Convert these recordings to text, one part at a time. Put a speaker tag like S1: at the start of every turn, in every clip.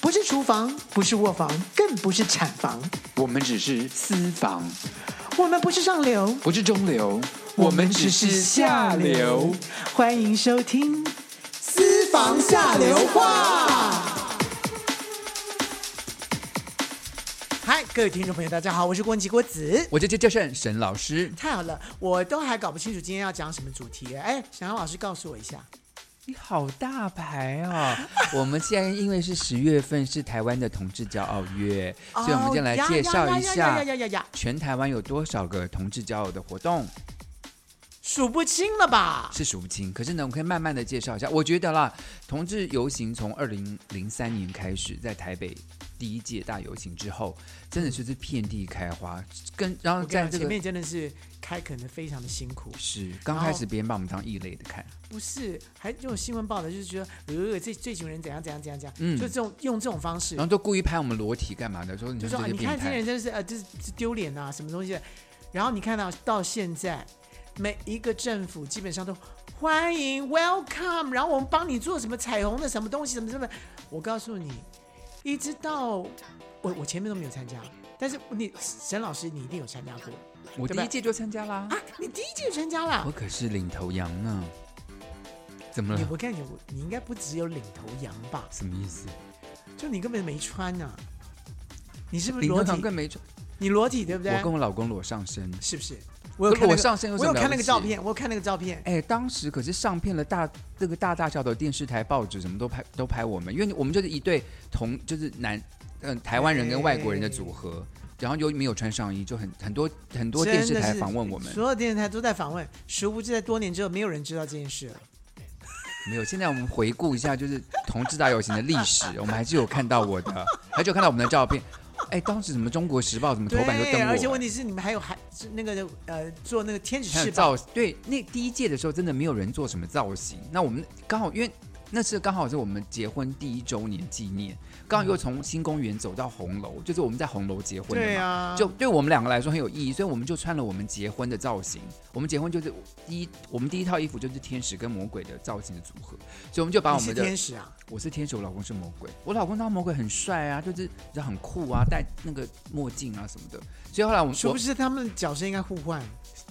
S1: 不是厨房，不是卧房，更不是产房，
S2: 我们只是私房，
S1: 我们不是上流，
S2: 不是中流，我们只是下流。。
S1: 欢迎收听《
S3: 私房下流话。
S1: 嗨，各位听众朋友，大家好，我是郭文琪郭子。
S2: 我这就叫沈沈老师，
S1: 太好了，我都还搞不清楚今天要讲什么主题。哎，想让老师告诉我一下。
S2: 你好大牌哦！
S1: 啊
S2: 我们现在因为是十月份，是台湾的同志骄傲月，所以我们先来
S1: 哦呀
S2: 介绍一
S1: 呀呀呀
S2: 下
S1: 呀呀呀，
S2: 全台湾有多少个同志骄傲的活动。
S1: 数不清了吧？
S2: 是数不清。可是呢，我们可以慢慢的介绍一下。我觉得啦，同志游行从二零零三年开始，在台北第一届大游行之后，真的就是遍地开花。跟然后
S1: 我跟
S2: 在
S1: 你讲，
S2: 这
S1: 前
S2: 个
S1: 面真的是开垦的非常的辛苦。
S2: 是刚开始
S1: 哦
S2: 别人把我们当异类的看，
S1: 不是，还有新闻报道，就是觉得呃，这这群人怎样怎样怎样怎样，
S2: 嗯
S1: 就这种用这种方式
S2: 然，后都故意拍我们裸体干嘛的，说你
S1: 就
S2: 们
S1: 说、
S2: 这
S1: 啊、
S2: 些
S1: 你看
S2: 变
S1: 这些
S2: 态
S1: 人。真的是呃，就是就是丢脸呐、什么东西的。然后你看到到现在，每一个政府基本上都欢迎 welcome，然后我们帮你做什么彩虹的什么东西什么什么。我告诉你，一直到我我前面都没有参加，但是你沈老师你一定有参加过
S2: 我第一届就参加啦，
S1: 啊，你第一届就参加了
S2: 我。可是领头羊呢。怎么
S1: 你
S2: 了？
S1: 我看你，你应该不只有领头羊吧？
S2: 什么意思？
S1: 就你根本没穿呐、你是不是
S2: 领
S1: 裸体
S2: 头羊？更没穿。
S1: 你裸体对不对？啊
S2: 我跟我老公裸上身，
S1: 是不是？我有看、那
S2: 裸
S1: 个
S2: 上身有什
S1: 我有
S2: 么了
S1: 看那
S2: 不
S1: 个
S2: 起
S1: 照片，我有看那个照片。
S2: 哎，当时可是上片了大那个大大小小的电视台、报纸，什么都拍都拍我们，因为我们就是一对同就是男嗯、台湾人跟外国人的组合，然后又没有穿上衣，就很很多很多电视
S1: 哎真的
S2: 台
S1: 是
S2: 访问我们，
S1: 所有电视台都在访问，殊不知在多年之后，没有人知道这件事了。
S2: 没有。现在我们回顾一下，就是同志大游行的历 史，我们还是有看到我的，还是有看到我们的照片。哎，当时什么《中国时报》什么头版都登
S1: 对，而且
S2: 我
S1: 问，题是，你们还有还是那个呃，做那个天使
S2: 还有
S1: 翅膀，
S2: 造对那第一届的时候，真的没有人做什么造型。那我们刚好因为那是刚好是我们结婚第一周年纪念，刚好又从新公园走到红楼，就是我们在红楼结婚的嘛。
S1: 对啊，
S2: 就对我们两个来说很有意义，所以我们就穿了我们结婚的造型。我们结婚就是第一，我们第一套衣服就是天使跟魔鬼的造型的组合，所以我们就把
S1: 你
S2: 我
S1: 是
S2: 们的
S1: 天使啊，
S2: 我是天使，我老公是魔鬼。我老公当魔鬼很帅啊，就是你知道很酷啊，戴那个墨镜啊什么的。所以后来我
S1: 殊
S2: 我
S1: 不知他们角色应该互换，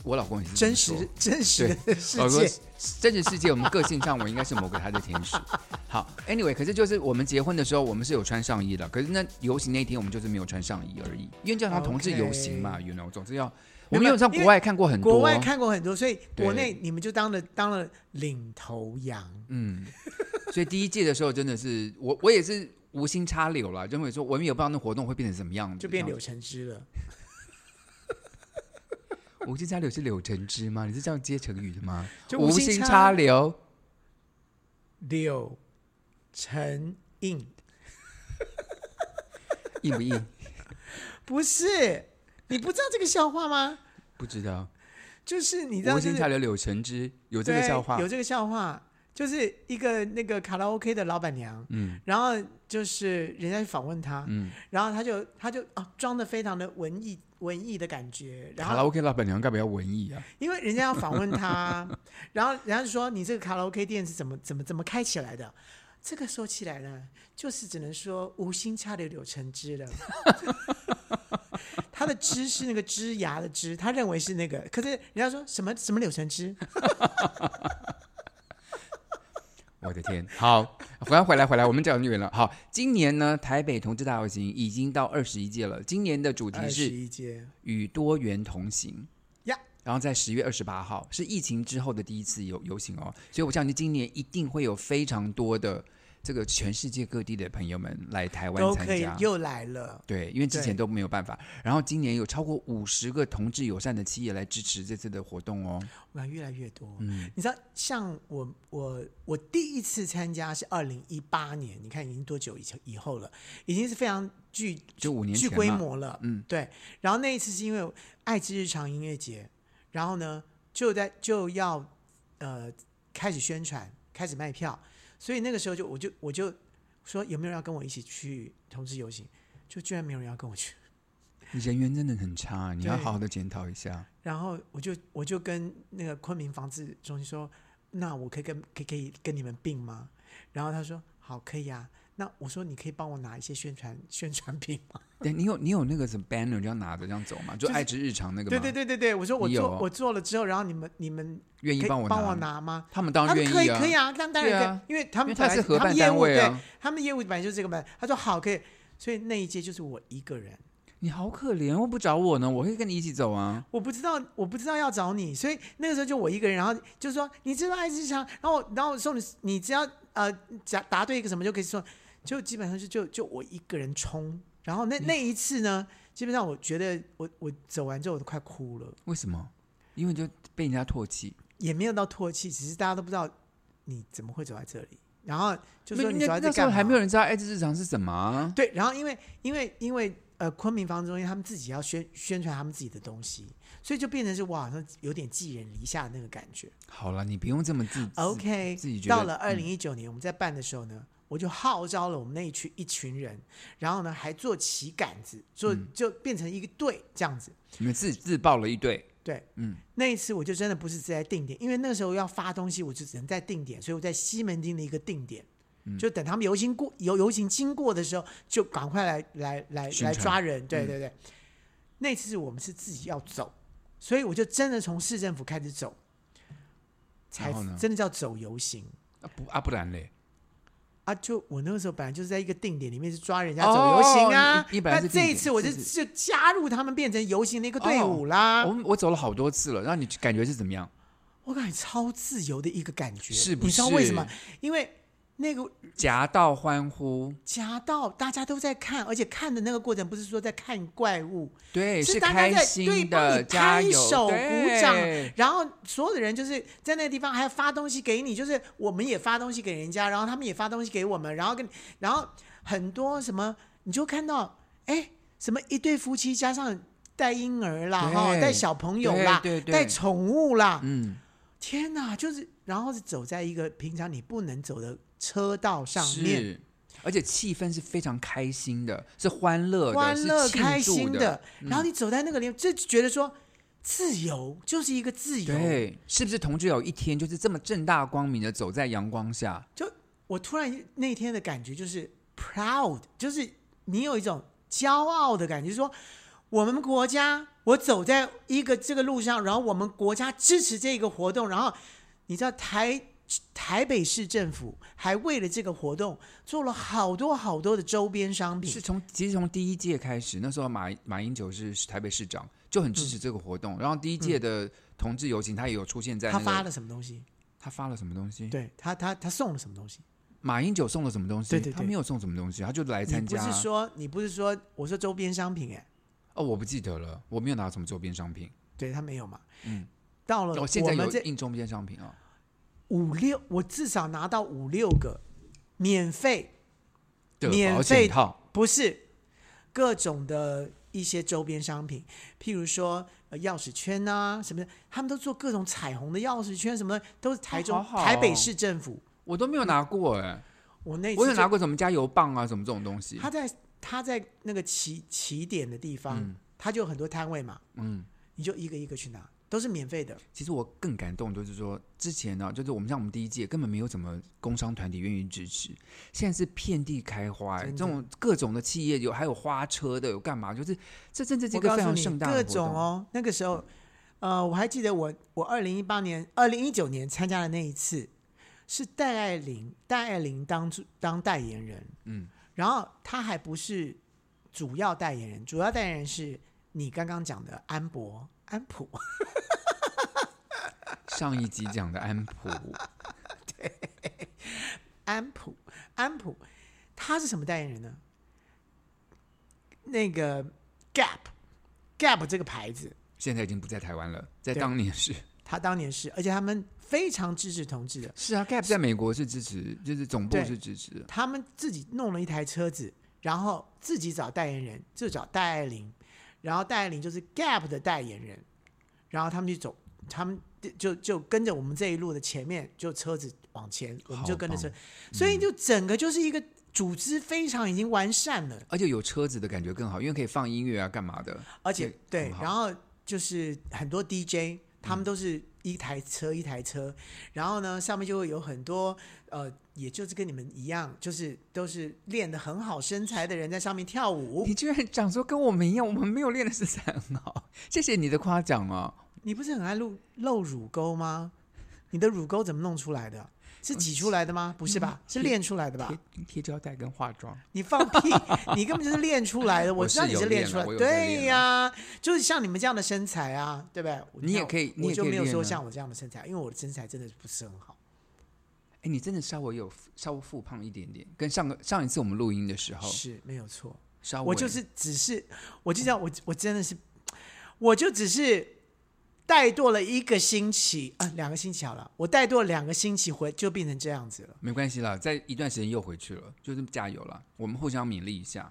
S2: 我老公也是这么
S1: 真
S2: 说
S1: 实真实的世
S2: 我说
S1: 界。
S2: 真实世界，我们个性上我应该是魔鬼，他的天使。好，anyway，可是就是我们结婚的时候，我们是有穿上衣的，可是那游行那天我们就是没有穿上衣而已，因为叫他同志游行嘛 y o u know，总是要。我们有上国外看过很多，
S1: 国外看过很多，所以国
S2: 对
S1: 内你们就当了当了领头羊。
S2: 嗯，所以第一届的时候真的是我我也是无心插柳啦，认为说我们也不知道那活动会变成什么样子，
S1: 就变
S2: 这
S1: 柳
S2: 样
S1: 橙汁了。
S2: 无心插柳是柳橙汁吗？你是这样接成语的吗？
S1: 就
S2: 无
S1: 无心
S2: 心
S1: 插
S2: 插柳，
S1: 柳橙印
S2: 硬不硬？
S1: 不是，你不知道这个笑话吗？
S2: 不知道。
S1: 就是 你知道、
S2: 无
S1: 就是，
S2: 心插柳柳橙汁，有这个
S1: 对
S2: 笑话
S1: 有。这个笑话，就是一个那个卡拉 OK 的老板娘，
S2: 嗯
S1: 然后就是人家去访问她，
S2: 嗯，
S1: 然后她就她就啊装的非常的文艺文艺的感觉，然
S2: 卡拉
S1: 后
S2: OK 老板娘干嘛要文艺啊？
S1: 因为人家要访问她， 然后人家就说你这个卡拉 OK 店是怎么怎么怎么开起来的？这个说起来呢，就是只能说无心插柳柳橙汁了。 他的枝是那个枝芽的枝，他认为是那个，可是人家说什么什么柳橙汁，
S2: 我的天， 好，回来回来回来，我们讲远了。好，今年呢，台北同志大游行已经到二十一届了，今年的主题
S1: 二十
S2: 是
S1: 一街，
S2: 与多元同行
S1: 呀。
S2: 然后在十月二十八号是疫情之后的第一次游游行哦，所以我相信今年一定会有非常多的这个全世界各地的朋友们来台湾
S1: 都
S2: 参
S1: 可以
S2: 加。
S1: 又来了。
S2: 对，因为之前
S1: 对
S2: 都没有办法，然后今年有超过五十个同志友善的企业来支持这次的活动哦。
S1: 我看越来越多。
S2: 嗯
S1: 你知道，像我我我第一次参加是二零一八年，你看已经多久以前以后了，已经是非常巨
S2: 就五年
S1: 巨
S2: 前
S1: 规
S2: 嘛
S1: 模了。
S2: 嗯，
S1: 对。然后那一次是因为爱之日常音乐节，然后呢就在就要呃开始宣传，开始卖票，所以那个时候就我就我就说有没有人要跟我一起去同志游行，就居然没有人要跟我去。
S2: 你人缘真的很差，你要
S1: 对
S2: 好好的检讨一下。
S1: 然后我就我就跟那个昆明防治中心说，那我可以跟可以可以跟你们并吗？然后他说好，可以啊。那我说你可以帮我拿一些宣传宣传品吗？
S2: 对你有你有那个什么 banner 这样拿着这样走嘛？就爱之日常那个吗？
S1: 对对对对对，我说我
S2: 你有
S1: 做
S2: 哦
S1: 我做了之后，然后你们你们
S2: 愿意
S1: 可以
S2: 帮我
S1: 帮我
S2: 拿吗
S1: 拿吗？
S2: 他们当
S1: 他
S2: 然
S1: 们
S2: 愿
S1: 可以
S2: 意啊，
S1: 可以啊，那当然可
S2: 对
S1: 以，
S2: 啊
S1: 因为他
S2: 因为
S1: 们
S2: 他
S1: 本来
S2: 是合
S1: 他们
S2: 办
S1: 业
S2: 单
S1: 务
S2: 位啊
S1: 对，他们业务本来就是这个嘛。他说好可以，所以那一届就是我一个人，
S2: 你好可怜，我不找我呢，我会跟你一起走啊。
S1: 我不知道我不知道要找你，所以那个时候就我一个人，然后就说你知道爱之长，然后然后我送你，你只要呃答答对一个什么就可以送，就基本上就就就我一个人冲，然后
S2: 嗯
S1: 那那一次呢，基本上我觉得我我走完之后我都快哭了，
S2: 为什么？因为就被人家唾弃，
S1: 也没有到唾弃，只是大家都不知道你怎么会走在这里，然后就说你
S2: 那
S1: 走在
S2: 那
S1: 这
S2: 时候
S1: 干
S2: 还
S1: 嘛
S2: 没有人知道爱之日常是什么、啊。
S1: 对，然后因为因为因为呃，昆明房子中心他们自己要宣宣传他们自己的东西，所以就变成是我好像有点寄人篱下的那个感觉。
S2: 好了，你不用这么自
S1: OK，
S2: 自己觉得嗯
S1: 到了二零一九年我们在办的时候呢，我就号召了我们那一区一群人，然后呢还做旗杆子，做
S2: 嗯
S1: 就变成一个队这样子。
S2: 你们自自爆了一对，
S1: 对，
S2: 嗯，
S1: 那一次我就真的不是在定点，因为那时候要发东西，我就只能在定点，所以我在西门町的一个定点，
S2: 嗯
S1: 就等他们游行过游游行经过的时候，就赶快来来来
S2: 宣
S1: 来
S2: 传嗯
S1: 抓人。对对对，那次我们是自己要走，所以我就真的从市政府开始走，才
S2: 然后呢
S1: 真的叫走游行。
S2: 啊不啊不然嘞，
S1: 啊，就我那个时候本来就是在一个定点里面是抓人家走游行啊，
S2: 哦你你本来
S1: 那
S2: 是哦定
S1: 这一
S2: 点
S1: 次我就是就加入他们变成游行的一个队伍啦，
S2: 我我走了好多次了，让你感觉是怎么样？
S1: 我感觉超自由的一个感觉，
S2: 是不
S1: 你知道为什
S2: 是
S1: 么？因为那个
S2: 夹道欢呼，
S1: 夹道大家都在看，而且看的那个过程不是说在看怪物，
S2: 对，
S1: 是大家
S2: 开
S1: 在对
S2: 心
S1: 帮
S2: 的，
S1: 你
S2: 加
S1: 拍
S2: 油，
S1: 手鼓
S2: 对
S1: 掌，然后所有的人就是在那个地方还发东西给你，就是我们也发东西给人家，然后他们也发东西给我们，然后跟然后很多什么，你就看到哎什么一对夫妻加上带婴儿啦，
S2: 对
S1: 哈，带小朋友啦，
S2: 对对对
S1: 带宠物啦，
S2: 嗯，
S1: 天哪，就是然后是走在一个平常你不能走的车道上面。
S2: 是，而且气氛是非常开心的，是欢乐的，嗯
S1: 欢乐
S2: 是庆
S1: 开
S2: 祝
S1: 心
S2: 的，
S1: 然后你走在那个里面，就觉得说自由就是一个自由。
S2: 对，是不是同志有一天就是这么正大光明的走在阳光下？
S1: 就我突然那天的感觉就是 proud，就是你有一种骄傲的感觉，就是说我们国家，我走在一个这个路上，然后我们国家支持这个活动，然后你知道台。台北市政府还为了这个活动做了好多好多的周边商品，
S2: 是从其实从第一届开始，那时候马马英九是台北市长，就很
S1: 嗯
S2: 支持这个活动。然后第一届的同志游行，他也有出现在、
S1: 他
S2: 那个、
S1: 发了什么东西？
S2: 他发了什么东西？
S1: 对他，他他送了什么东西？
S2: 马英九送了什么东西？
S1: 对对对
S2: 他没有送什么东西，他就来
S1: 你
S2: 参
S1: 不
S2: 加。啊
S1: 是说你不是说我说周边商品哎、
S2: 哦，我不记得了，我没有拿什么周边商品。
S1: 对他没有嘛？嗯，到了
S2: 哦，现在
S1: 我们
S2: 有
S1: 这
S2: 印周边商品哦。
S1: 五六，我至少拿到五六个免费，
S2: 的
S1: 免
S2: 保
S1: 费
S2: 险套，
S1: 不是各种的一些周边商品，譬如说、呃、钥匙圈呐、什么的，他们都做各种彩虹的钥匙圈，什么的都是台中、
S2: 好好哦
S1: 台北市政府。
S2: 我都没有拿过哎、
S1: 我那次
S2: 我有
S1: 就
S2: 拿过什么加油棒啊，什么这种东西
S1: 他。在他在那个起起点的地方，他就有很多摊位嘛，
S2: 嗯，
S1: 你就一个一个去拿，都是免费的。
S2: 其实我更感动，就是说之前呢、就是我们像我们第一届根本没有什么工商团体愿意支持，现在是遍地开花、哎
S1: 真的
S2: 这种各种的企业有，还有花车的，有干嘛？就是这真的是一
S1: 我
S2: 个
S1: 告
S2: 非
S1: 诉
S2: 常
S1: 你，
S2: 盛大的
S1: 各
S2: 活动
S1: 种。哦，那个时候，呃，我还记得我我二零一八年、二零一九年参加的那一次，是戴爱玲，戴爱玲当主当代言人，
S2: 嗯，
S1: 然后她还不是主要代言人，主要代言人是你刚刚讲的安博安普，
S2: 上一集讲的安普，
S1: 安普安普，他是什么代言人呢？那个 Gap Gap 这个牌子，
S2: 现在已经不在台湾了，在
S1: 对
S2: 当年是
S1: 他当年是，而且他们非常支持同志的。
S2: 是啊，Gap 在美国是支持，就是总部
S1: 对
S2: 是支持的。
S1: 他们自己弄了一台车子，然后自己找代言人，就找戴爱玲，然后戴爱玲就是 Gap 的代言人，然后他们就走，他们就就就跟着我们这一路的前面，就车子往前，我们就跟着车，所以就整个就是一个组织非常已经完善了，
S2: 而且有车子的感觉更好，因为可以放音乐啊，干嘛的？
S1: 而且
S2: 对
S1: 对
S2: 很，好
S1: 然后就是很多 DJ，他们都是一台车一台车，然后呢，上面就会有很多呃，也就是跟你们一样，就是都是练得很好身材的人在上面跳舞
S2: 你。居然讲说跟我们一样，我们没有练的身材很好， 谢谢你的夸奖哦。
S1: 你不是很爱露露乳沟吗？你的乳沟怎么弄出来的？是挤出来的吗？不是吧？是练出来的吧？
S2: 贴贴胶带跟化妆，
S1: 你放屁！你根本就是练出来 的，
S2: 我
S1: 知道
S2: 是
S1: 你是
S2: 有
S1: 练
S2: 练
S1: 出来
S2: 了我
S1: 的。
S2: 有在
S1: 对
S2: 练
S1: 呀、就是像你们这样的身材啊，对不对？我
S2: 你也可以
S1: 像
S2: 你
S1: 我
S2: 也可以
S1: 就没有
S2: 练
S1: 说
S2: 啊
S1: 像我这样的身材，因为我的身材真的不是很好。
S2: 哎，你真的稍微有稍微复胖一点点，跟上个上一次我们录音的时候
S1: 是没有错，
S2: 稍微，
S1: 我就是只是，我就这样，我我真的是，我就只是怠惰了一个星期啊、两个星期好了，我怠惰两个星期回就变成这样子了。
S2: 没关系啦，在一段时间又回去了，就这么加油啦，我们互相勉励一下。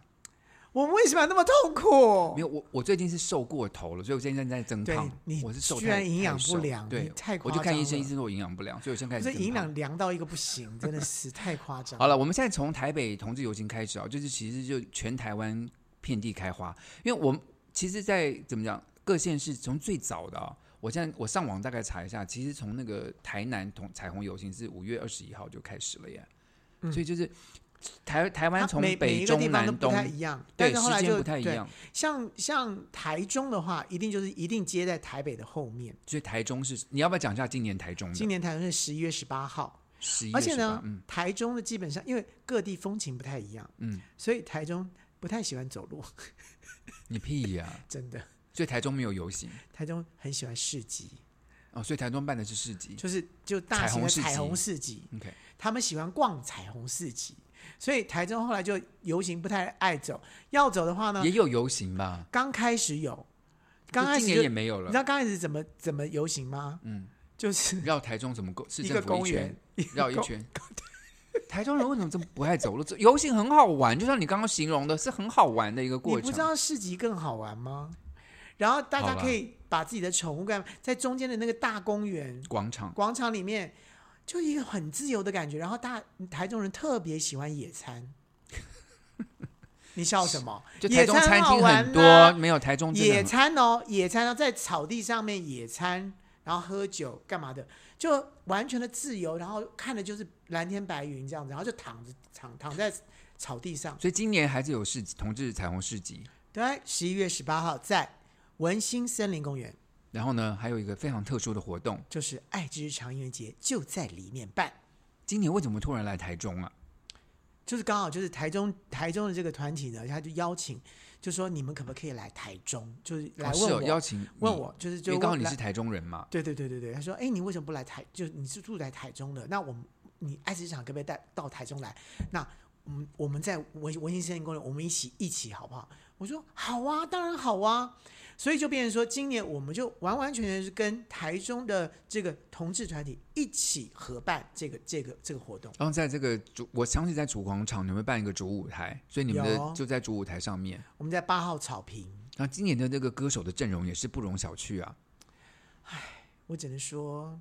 S1: 我们为什么要那么痛苦
S2: 没？有，我我最近是瘦过头了，所以我现在在增
S1: 哦对
S2: 胖。
S1: 你
S2: 我是瘦太，
S1: 居然营
S2: 太
S1: 养
S2: 瘦
S1: 不良你
S2: 对，
S1: 太
S2: 我
S1: 夸
S2: 就看
S1: 张
S2: 医生，
S1: 了
S2: 医生说我营养不良，所以我现在开
S1: 这
S2: 始
S1: 营
S2: 增胖。
S1: 养凉到一个不行，真的是太夸张。
S2: 哎好了，我们现在从台北同志游行开始啊，就是其实就全台湾遍地开花，因为我们其实在，怎么讲，各县市从最早的啊、我现在我上网大概查一下，其实从那个台南同彩虹游行是五月二十一号就开始了耶，所以就是台台湾
S1: 嗯它
S2: 从
S1: 每每
S2: 北
S1: 一个地
S2: 中
S1: 方都
S2: 南
S1: 不
S2: 东
S1: 太，一样，但
S2: 对
S1: 是后
S2: 时
S1: 来
S2: 间
S1: 就
S2: 不太一
S1: 对
S2: 样，
S1: 像像台中的话，一定就是一定接在台北的后面。
S2: 所以台中是你要不要讲一下今年台中
S1: 今
S2: 的
S1: 年台中是十一月十八号，
S2: 十一月
S1: 而且
S2: 十
S1: 呢
S2: 八？，嗯，
S1: 台中的基本上因为各地风情不太一样，
S2: 嗯，
S1: 所以台中不太喜欢走路，
S2: 你屁呀、
S1: 真的。
S2: 所以台中没有游行
S1: 台中很喜欢市集，
S2: 哦，所以台中办的是市集
S1: 就是就大
S2: 彩
S1: 型的
S2: 虹市
S1: 彩
S2: 集
S1: 虹市集，
S2: ，OK，
S1: 他们喜欢逛彩虹市集，所以台中后来就游行不太爱走。要走的话呢
S2: 也，有游行吧？
S1: 刚开始有，刚开
S2: 就今
S1: 始
S2: 年
S1: 就
S2: 也没有
S1: 你知
S2: 了。
S1: 道刚开始怎么怎么游行吗？
S2: 嗯，
S1: 就是
S2: 绕台中怎么公市
S1: 一
S2: 政
S1: 个
S2: 府
S1: 公
S2: 圈
S1: 园，
S2: 绕一圈。 台中人为什么这么不爱走路？这游行很好玩，就像你刚刚形容的，是很好玩的一个
S1: 你
S2: 过
S1: 不知
S2: 程。
S1: 道市集更好玩吗？然后大
S2: 好
S1: 家
S2: 吧
S1: 可以把自己的宠物干嘛，在中间的那个大公园
S2: 广场
S1: 广场里面，就一个很自由的感觉。然后大台中人特别喜欢野餐，你笑什么？
S2: 就台
S1: 野
S2: 中
S1: 餐
S2: 餐
S1: 好
S2: 厅
S1: 玩
S2: 很
S1: 呐
S2: 多，没有台中真的
S1: 野
S2: 很
S1: 餐哦，野餐哦，在草地上面野餐，然后喝酒干嘛的，就完全的自由，然后看的就是蓝天白云这样子，然后就躺着躺躺在草地上。
S2: 所以今年还是有市集，同志彩虹市集。
S1: 对，十一月十八号在文心森林公园，
S2: 然后呢，还有一个非常特殊的活动。
S1: 就是爱之日常音乐节就在里面办，
S2: 今年为什么突然来台中啊？
S1: 就是刚好就是台中台中的这个团体呢，他就邀请，就说你们可不可以来台中，就是来
S2: 哦
S1: 问
S2: 是
S1: 我、
S2: 有邀请你
S1: 问，我，就是
S2: 因
S1: 就
S2: 为刚好
S1: 问
S2: 你
S1: 来
S2: 是台中人嘛。
S1: 对对对对对，他说：“哎，你为什么不来台？就你是住在台中的，那我们你爱市场可不可以带到台中来？那我们我们在文文心森林公园，我们一起一起好不好？”我说：“好啊，当然好啊。”所以就变成说，今年我们就完完全全是跟台中的这个同志团体一起合办这个这个这个活动。
S2: 然后在这个主，我相信在主广场你们会办一个主舞台，所以你们的
S1: 有
S2: 就在主舞台上面。
S1: 我们在八号草坪，
S2: 然后今年的这个歌手的阵容也是不容小觑啊。
S1: 我只能说，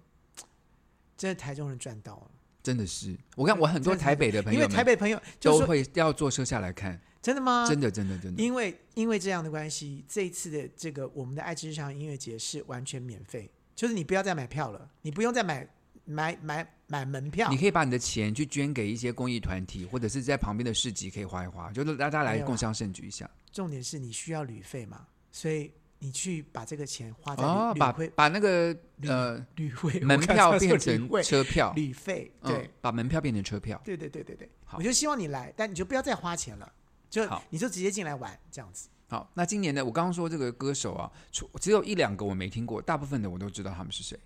S1: 真的台中人赚到了，
S2: 真的是，我看我很多
S1: 真的
S2: 台北的朋
S1: 因
S2: 友
S1: 为
S2: 们
S1: 台北朋友就
S2: 都
S1: 说
S2: 会要坐车下来看，
S1: 真的吗？
S2: 真的真的真的，
S1: 因为因为这样的关系，这一次的这个我们的爱之日常音乐节是完全免费，就是你不要再买票了，你不用再买买买买门票
S2: 你。可以把你的钱去捐给一些公益团体，或者是在旁边的市集可以花一花，就是大家来
S1: 没有啦
S2: 共襄盛举一下
S1: 重点是你需要旅费嘛，所以你去把这个钱啊花在旅、
S2: 哦，把
S1: 旅会
S2: 把那个呃
S1: 旅会
S2: 门票变
S1: 旅
S2: 成
S1: 会
S2: 车票，
S1: 旅费，
S2: 嗯
S1: 对、，
S2: 把门票变成车票，
S1: 对对对对对，
S2: 好
S1: 我就希望你来，但你就不要再花钱了，就
S2: 好
S1: 你就直接进来玩这样子。
S2: 好，那今年呢，我刚刚说这个歌手啊，除只有一两个我没听过，大部分的我都知道他们是谁，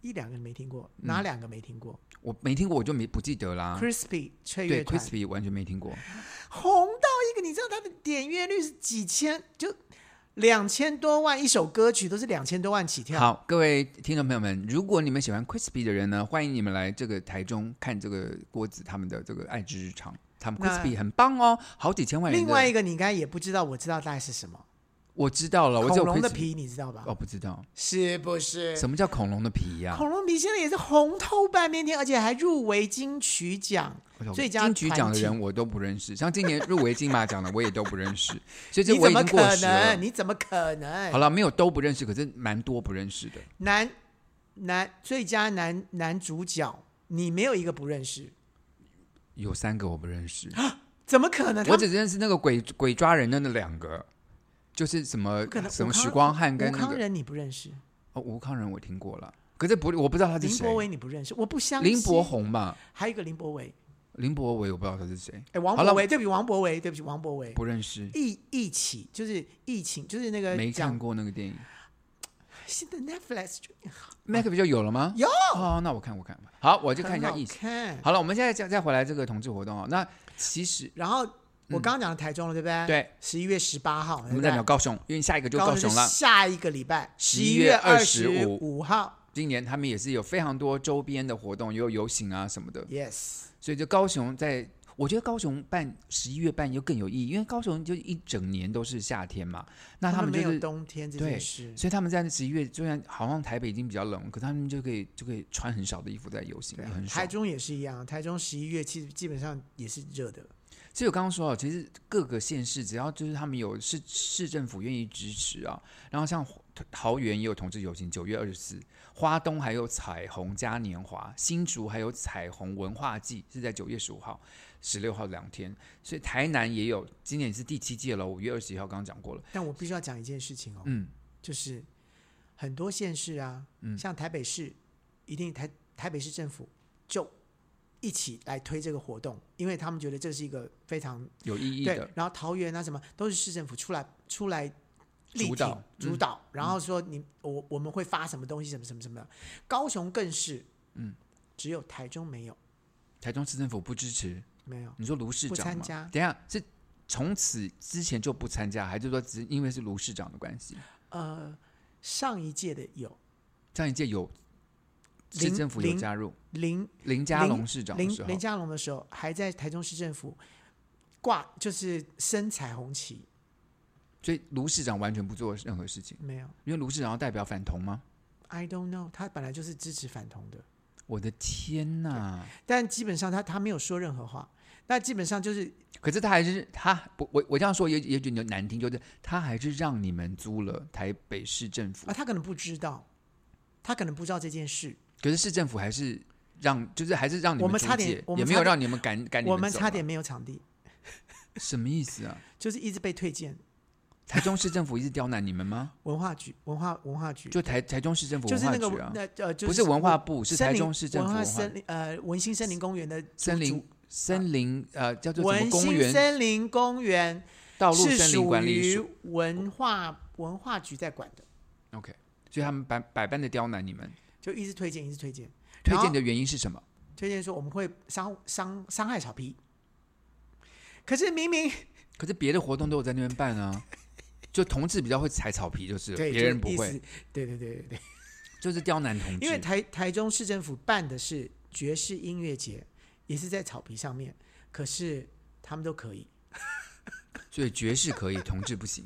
S1: 一两个人没听过，
S2: 嗯
S1: 哪两个没听过、
S2: 我没听过我就没不记得啦
S1: c，r i s p y 雀
S2: 啊对
S1: 乐团，
S2: ，Crispy 完全没听过，
S1: 红到一个，你知道他的点阅率是几千，就两千多万一首歌曲都是两千多万起跳。
S2: 好，各位听众朋友们，如果你们喜欢 Crispy 的人呢，欢迎你们来这个台中看这个郭子他们的这个爱之日常，他们
S1: 那
S2: Crispy 很棒哦，好几千万人的。
S1: 另外一个你应该也不知道，我知道大概是什么，
S2: 我知道了，我只有
S1: 恐龙的
S2: Crispy
S1: 皮啊你知道吧？
S2: 哦，不知道
S1: 是不是？
S2: 什么叫恐龙的皮呀、
S1: 恐龙皮现在也是红透半边天，而且还入围金曲奖。最佳
S2: 金曲奖
S1: 团
S2: 的
S1: 体
S2: 人我都不认识，像今年入围金马奖的我也都不认 识，所以这
S1: 你
S2: 我
S1: 怎
S2: 已
S1: 么
S2: 经过
S1: 可
S2: 时了
S1: 能？。你怎么可能？
S2: 好了，没有都不认识，可是蛮多不认识的。
S1: 男男最佳男男主角，你没有一个不认识，
S2: 有三个我不认识，
S1: 怎么可能？啊他
S2: 我只认识那个鬼鬼抓人的那两个，就是什么
S1: 可能
S2: 什么
S1: 吴康
S2: 许光汉跟
S1: 吴
S2: 那
S1: 康
S2: 个
S1: 仁你不认识，
S2: 哦吴康仁我听过了，可是不我不知道他是
S1: 林博
S2: 谁，
S1: 维你不认识，我不相信。
S2: 林柏，宏吧，
S1: 还有一个林博维，
S2: 林博伟我不知道他是谁，
S1: 哎，王
S2: 好
S1: 博
S2: 了
S1: 维，对不起，王博维，对不起，王博维。
S2: 不认识，
S1: 疫疫起就是疫情，就是那个
S2: 没
S1: 讲
S2: 看过那个电影。
S1: 呃现在 Netflix 就
S2: Mac 不就有了吗？
S1: 有
S2: 哦，那我看我看好，我就看一下
S1: 很好
S2: 疫情。
S1: 看
S2: 好了，我们现在再再回来这个同志活动啊、那其实
S1: 然后我刚刚讲的台中了，对不对？
S2: 嗯对，
S1: 十一月十八号，
S2: 我
S1: 对不
S2: 们
S1: 对
S2: 再聊高雄，因为下一个就
S1: 高
S2: 高
S1: 雄
S2: 雄
S1: 是
S2: 了。
S1: 下一个礼拜
S2: 11
S1: 月
S2: 月
S1: 二五
S2: 25
S1: 号
S2: 今年他们也是有非常多周边的活动，也有游行啊什么的，
S1: ，yes，
S2: 所以就高雄在。我觉得高雄办十一月办就更有意义，因为高雄就一整年都是夏天嘛，那他
S1: 他
S2: 们
S1: 没
S2: 就
S1: 有
S2: 是，
S1: 冬天这件
S2: 对
S1: 事，
S2: 所以他们在十一月，虽然好像台北已经比较冷，可他们就可以就可以穿很少的衣服在游行，也很
S1: 啊台
S2: 爽。
S1: 中也是一样，台中十一月其实基本上也是热的，
S2: 所以我刚刚说哦，其实各个县市只要就是他们有市市政府愿意支持啊，然后像桃园也有同志游行，九月二十四，花东还有彩虹嘉年华，新竹还有彩虹文化季是在九月十五号、十六号两天，所以台南也有，今年也是第七届了，五月二十一号刚刚讲过了，
S1: 但我必须要讲一件事情哦，
S2: 嗯，
S1: 就是很多县市啊，像台北市，一定台台北市政府就一起来推这个活动，因为他们觉得这是一个非常
S2: 有意义
S1: 对
S2: 的，，
S1: 然后桃园啊什么都是市政府出来出来力挺
S2: 主导嗯
S1: 主导，然后说你我我们会发什么东西什么什么什么的，高雄更是，嗯，只有台中没有
S2: 台中市政府不支持，
S1: 没有，
S2: 你说卢市
S1: 不
S2: 长
S1: 参
S2: 吗
S1: 加
S2: 等一下是从此之前就不参加，还是说只是因为是卢市长的关系？
S1: 呃，上一届的有
S2: 上一届有市
S1: 林
S2: 政府有
S1: 林
S2: 加入
S1: 林
S2: 林佳
S1: 林
S2: 龙市长的
S1: 林
S2: 时候
S1: 林，佳龙的时候，还在台中市政府挂就是升彩虹旗，
S2: 所以卢市长完全不做任何事情，
S1: 没有
S2: 因为卢市长要代表反同吗？
S1: ，I don't know，他本来就是支持反同的，
S2: 我的天呐！
S1: 但基本上他他没有说任何话，那基本上就是
S2: 可是他还是他不我我这样说也也许你难听，就是他还是让你们租了台北市政府
S1: 啊，，他可能不知道，他可能不知道这件事。
S2: 可是市政府还是让就是还是让你
S1: 我们
S2: 租
S1: 差点
S2: 借
S1: 我们
S2: 也没
S1: 差
S2: 有
S1: 点
S2: 让你们赶哎赶你
S1: 我
S2: 们
S1: 们
S2: 走
S1: 差
S2: 嘛
S1: 点没有场地，
S2: 什么意思啊？
S1: 就是一直被推荐
S2: 台中市政府一直刁难你 们吗？
S1: 文化局、文化文化局，
S2: 就台台中市政府
S1: 就
S2: 文
S1: 是
S2: 化
S1: 那
S2: 局
S1: 个
S2: 啊，
S1: 那呃，就
S2: 不是文化部，是
S1: 森
S2: 台
S1: 林
S2: 中市政府
S1: 文化
S2: 文化
S1: 森林呃文心森林公园的主
S2: 森林
S1: 主
S2: 森林呃叫做什么
S1: 文
S2: 公
S1: 心
S2: 园
S1: 森林公园
S2: 道路
S1: 是
S2: 森林
S1: 属
S2: 管理
S1: 于
S2: 署
S1: 文化文化局在管的，
S2: ，OK，所以他们百百般的刁难你们。
S1: 就一直推荐，一直推荐，
S2: 推
S1: 然后
S2: 荐的原因是什么？
S1: 推荐说我们会伤伤伤害小皮。可是明明
S2: 可是别的活动都有在那边办啊，就同志比较会踩草皮，就是了
S1: 对
S2: 别人
S1: 就
S2: 不，
S1: 是意
S2: 会
S1: 思，对对对对对，
S2: 就是刁难同志。
S1: 因为台台中市政府办的是爵士音乐节，也是在草皮上面，可是他们都可以，
S2: 所以爵士可以，同志不行。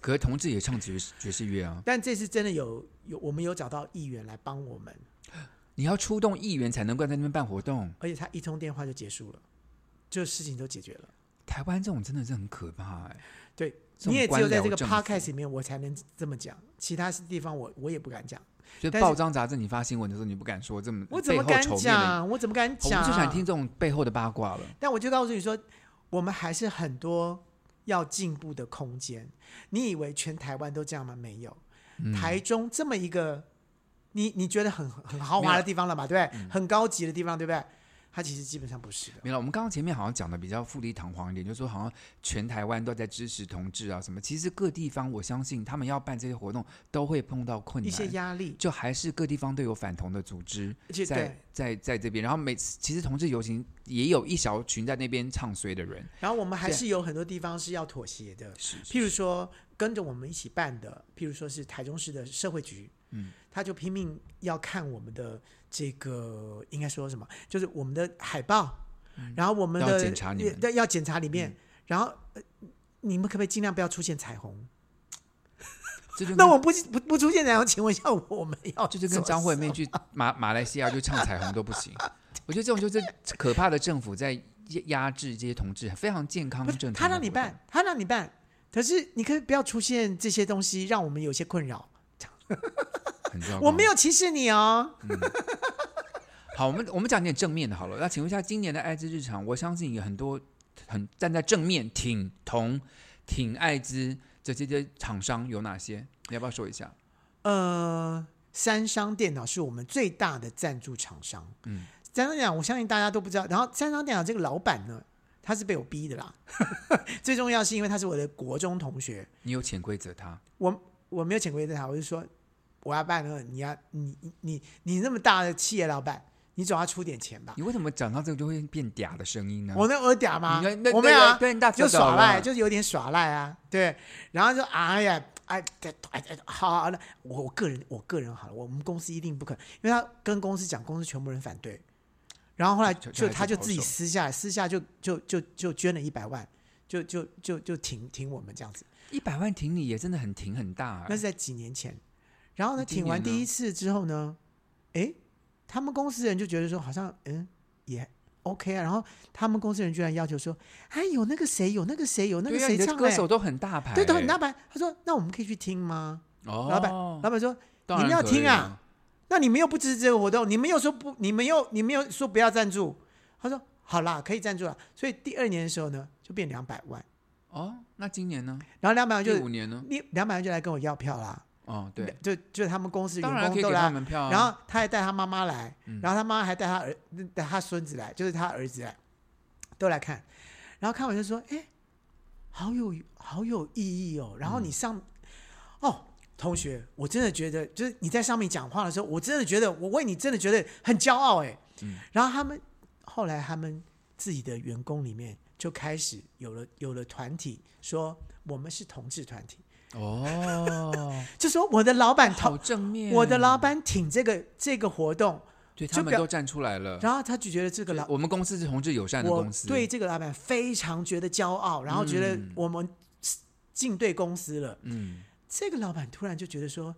S2: 可是同志也唱爵士爵士乐啊，
S1: 但这次真的有有我们有找到议员来帮我们，
S2: 你要出动议员才能够在那边办活动。
S1: 而且他一通电话就结束了，就事情都解决了。
S2: 台湾这种真的是很可怕哎、
S1: 对，
S2: 这种
S1: 你也只有在这个
S2: 官僚政府
S1: podcast 里面我才能这么讲，其他地方我我也不敢讲，
S2: 所以
S1: 但是
S2: 报章杂志你发新闻的时候，你不敢说这么
S1: 我怎么
S2: 呃背后
S1: 敢
S2: 仇面的，
S1: 讲？我怎么敢
S2: 哦我们
S1: 讲？
S2: 就想听这种背后的八卦了。
S1: 但我就告诉你说，我们还是很多要进步的空间。你以为全台湾都这样吗？没有，
S2: 嗯
S1: 台中这么一个，你你觉得很很豪华的地方了嘛？对不对？
S2: 嗯
S1: 很高级的地方，对不对？它其实基本上不是的。
S2: 没了，我们刚刚前面好像讲的比较富丽堂皇一点，就是说好像全台湾都在支持同志啊什么。其实各地方我相信他们要办这些活动都会碰到困
S1: 一
S2: 难，
S1: 些压力，
S2: 就还是各地方都有反同的组织
S1: 而且对
S2: 在在在这边。然后每次其实同志游行也有一小群在那边唱衰的人，
S1: 然后我们还是有很多地方是要妥协的，
S2: 是
S1: 譬如说跟着我们一起办的，譬如说是台中市的社会局，嗯，他就拼命要看我们的这个应该说什么，就是我们的海报，然后我们的
S2: 嗯要检查你嗯们
S1: 对要检查里面，然后、呃你们可不可以尽量不要出现彩虹？
S2: 这就跟
S1: 那我不不不出现在，然后请问一下，我们要
S2: 这就跟
S1: 做
S2: 张惠妹
S1: 哦什么
S2: 去 马马来西亚就唱彩虹都不行。我觉得这种就是可怕的政府在压压制这些同志，非常健康
S1: 不是
S2: 正常。
S1: 他让你办，，他让你办，可是你可以不要出现这些东西，让我们有些困扰。
S2: 很糟糕。
S1: 我没有歧视你哦，
S2: 好，我们我们讲点正面的好了。那请问一下，今年的艾滋日常，我相信有很多很站在正面挺同挺艾滋的这些厂商有哪些？你要不要说一下？
S1: 呃，三商电脑是我们最大的赞助厂商。嗯，三商电脑我相信大家都不知道。然后三商电脑这个老板呢，他是被我逼的啦。 最重要是因为他是我的国中同学，
S2: 你有潜规则他，
S1: 我我没有潜规则他，我就说我要办那个，你要你你你你那么大的企业老板，你总要出点钱吧？
S2: 你为什么讲到这个就会变嗲的声音呢？
S1: 我那我嗲吗
S2: 你看那？
S1: 我没有、啊
S2: 那，对你大
S1: 就
S2: 知道
S1: 耍
S2: 了
S1: 赖，就是有点耍赖啊，对。然后就哎呀，哎哎哎，哎好好，那我我个人我个人好了，我们公司一定不可能，因为他跟公司讲，公司全部人反对。然后后来
S2: 就
S1: 就
S2: 就还是
S1: 他就
S2: 保
S1: 自己
S2: 守
S1: 私下私下就就就就捐了一百万，就就就就挺挺我们这样子。
S2: 一百万挺你也真的很挺很大、啊
S1: 那是在几年前。然后呢，
S2: 哎那今
S1: 挺完
S2: 年呢
S1: 第一次之后呢，诶，他们公司人就觉得说好像嗯也 OK 啊，然后他们公司人居然要求说，哎，有那个谁，有那个谁，有那个
S2: 对啊，
S1: 谁
S2: 你
S1: 唱、
S2: 的
S1: 哎，
S2: 歌手都很大牌、欸
S1: 对，都很大牌。他说，那我们可以去听吗？
S2: 哦，
S1: 老板，老板说，
S2: 当
S1: 你们
S2: 然
S1: 要
S2: 可
S1: 听
S2: 以
S1: 啊
S2: 啊，
S1: 那你们又不支持这个活动，你们又说不，你们又你们又说不要赞助。他说，好啦，可以赞助了。所以第二年的时候呢，就变两百万，
S2: 哦，那今年呢？
S1: 然后两百万
S2: 第
S1: 就
S2: 五年呢？
S1: 你两百万就来跟我要票啦。
S2: 哦，对，，
S1: 就就他们公司员
S2: 当然可
S1: 工
S2: 以
S1: 都
S2: 给
S1: 来
S2: 他。门票、啊。
S1: 然后他还带他妈妈来，
S2: 嗯
S1: 然后他妈妈还带他儿带他孙子来，就是他儿子来，都来看。然后看完就说：“哎，好有好有意义哦。”
S2: 嗯
S1: 然后你上、哦，同学，我真的觉得，就是你在上面讲话的时候，我真的觉得，我为你真的觉得很骄傲哎。
S2: 嗯
S1: 然后他们后来他们自己的员工里面就开始有了有了团体，说我们是同志团体，
S2: 哦，
S1: 就说我的老板
S2: 好
S1: 同。
S2: 正面，
S1: 我的老板挺这个这个活动，
S2: 对
S1: 就
S2: 他们
S1: 表
S2: 都站出来了。
S1: 然后他就觉得这个老，
S2: 我们公司是同志友善的
S1: 我
S2: 公司，
S1: 对，这个老板非常觉得骄傲，然后觉得
S2: 嗯
S1: 我们进对公司了。
S2: 嗯，
S1: 这个老板突然就觉得说，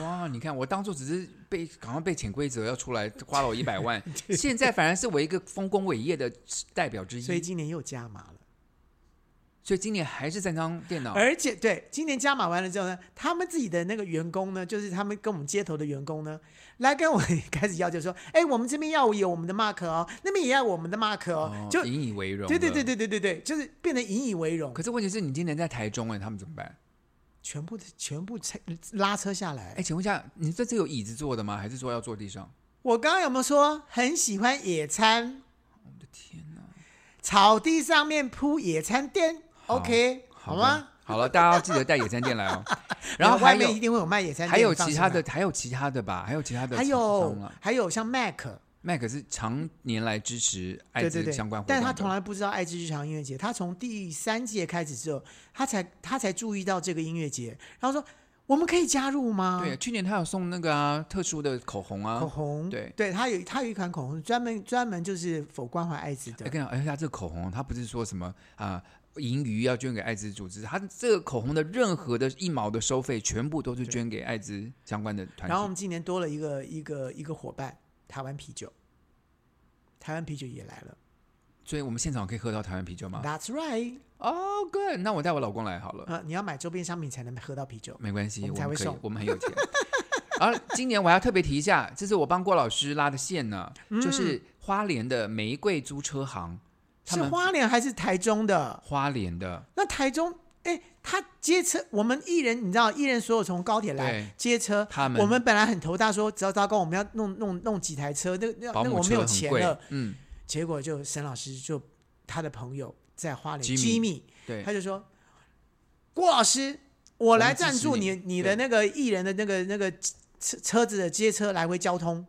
S2: 哇，你看我当初只是被好像被潜规则要 出来花了我一百万，现在反而是我一个丰功伟业的代表之一，
S1: 所
S2: 所
S1: 以
S2: 以
S1: 今年又加码了，
S2: 今年还是三张电脑，
S1: 而且对，今年加码完了之后呢，他们自己的那个员工呢，就是他们跟我们接头的员工呢，来跟我开始要求说，哎，我们这边要有我们的 mark 哦，那边也要我们的 mark 哦，
S2: 哦
S1: 就
S2: 引以为荣，
S1: 对对对。对对对对，就是变得引以为荣，
S2: 可是问题是你今年在台中哎，他们怎么办？
S1: 全部全部拆拉车下来。
S2: 哎，请问一下，你这次有椅子坐的吗？还是说要坐地上？
S1: 我刚刚有没有说很喜欢野餐？
S2: 我的天哪！
S1: 草地上面铺野餐垫，OK，好
S2: 的
S1: 吗？？
S2: 好了，大家要记得带野餐垫 来哦。然后还
S1: 外面
S2: 有
S1: 一定会有卖野餐
S2: 还
S1: 垫
S2: 有
S1: 放
S2: 其
S1: 进
S2: 他
S1: 来
S2: 的，，还有其他的吧？还有其他的
S1: 还
S2: 厂
S1: 有
S2: 商啊。
S1: 还有像 Mac，
S2: 麦克是常年来支持艾
S1: 对
S2: 滋
S1: 对对
S2: 哎相关，活动
S1: 但
S2: 的，
S1: 是他从来不知道爱之日常音乐节，他从第三届开始之后，他才他才注意到这个音乐节，然后说我们可以加入吗？
S2: 对，去年他有送那个啊特殊的口红啊
S1: 口，红，
S2: 对
S1: 对，他有他有一款口红专门专门就是否关怀艾滋
S2: 哎，
S1: 的，
S2: 跟你讲，而且他这个口红，他不是说什么啊。盈余要捐给艾滋组织，他这个口红的任何的一毛的收费，全部都是捐给艾滋相关的团体。
S1: 然后我们今年多了一个一个一个伙伴，台湾啤酒，台湾啤酒也来了、
S2: 所以我们现场可以喝到台湾啤酒吗
S1: t？h a t s right。
S2: 哦、g o o d 那我带我老公来好了。
S1: 呃，你要买周边商品才能喝到啤酒。
S2: 没关系，
S1: 我
S2: 我
S1: 们才会
S2: 可以
S1: 送，
S2: 我们很有钱。而今年我还要特别提一下，这是我帮郭老师拉的线呢，
S1: 嗯
S2: 就是花莲的玫瑰租车行，他
S1: 是
S2: 们
S1: 花莲还是台中的？
S2: 花莲的，
S1: 那台中，哎，他接车，我们艺人，你知道，艺人所有从高铁来
S2: 对
S1: 接车，
S2: 他们
S1: 我们本来很头大说，糟糟糕，我们要弄弄弄几台车，那那
S2: 保
S1: 那个
S2: 姆
S1: 我没
S2: 车
S1: 有
S2: 很
S1: 钱
S2: 贵
S1: 了，，
S2: 嗯，
S1: 结果就沈老师就他的朋友在花莲
S2: Jimmy，
S1: Jimmy
S2: 对
S1: 他就说，郭老师，我来赞助
S2: 我们
S1: 你
S2: 支持
S1: 你
S2: 你
S1: 的那个艺人的那个那个车车子的接车来回交通，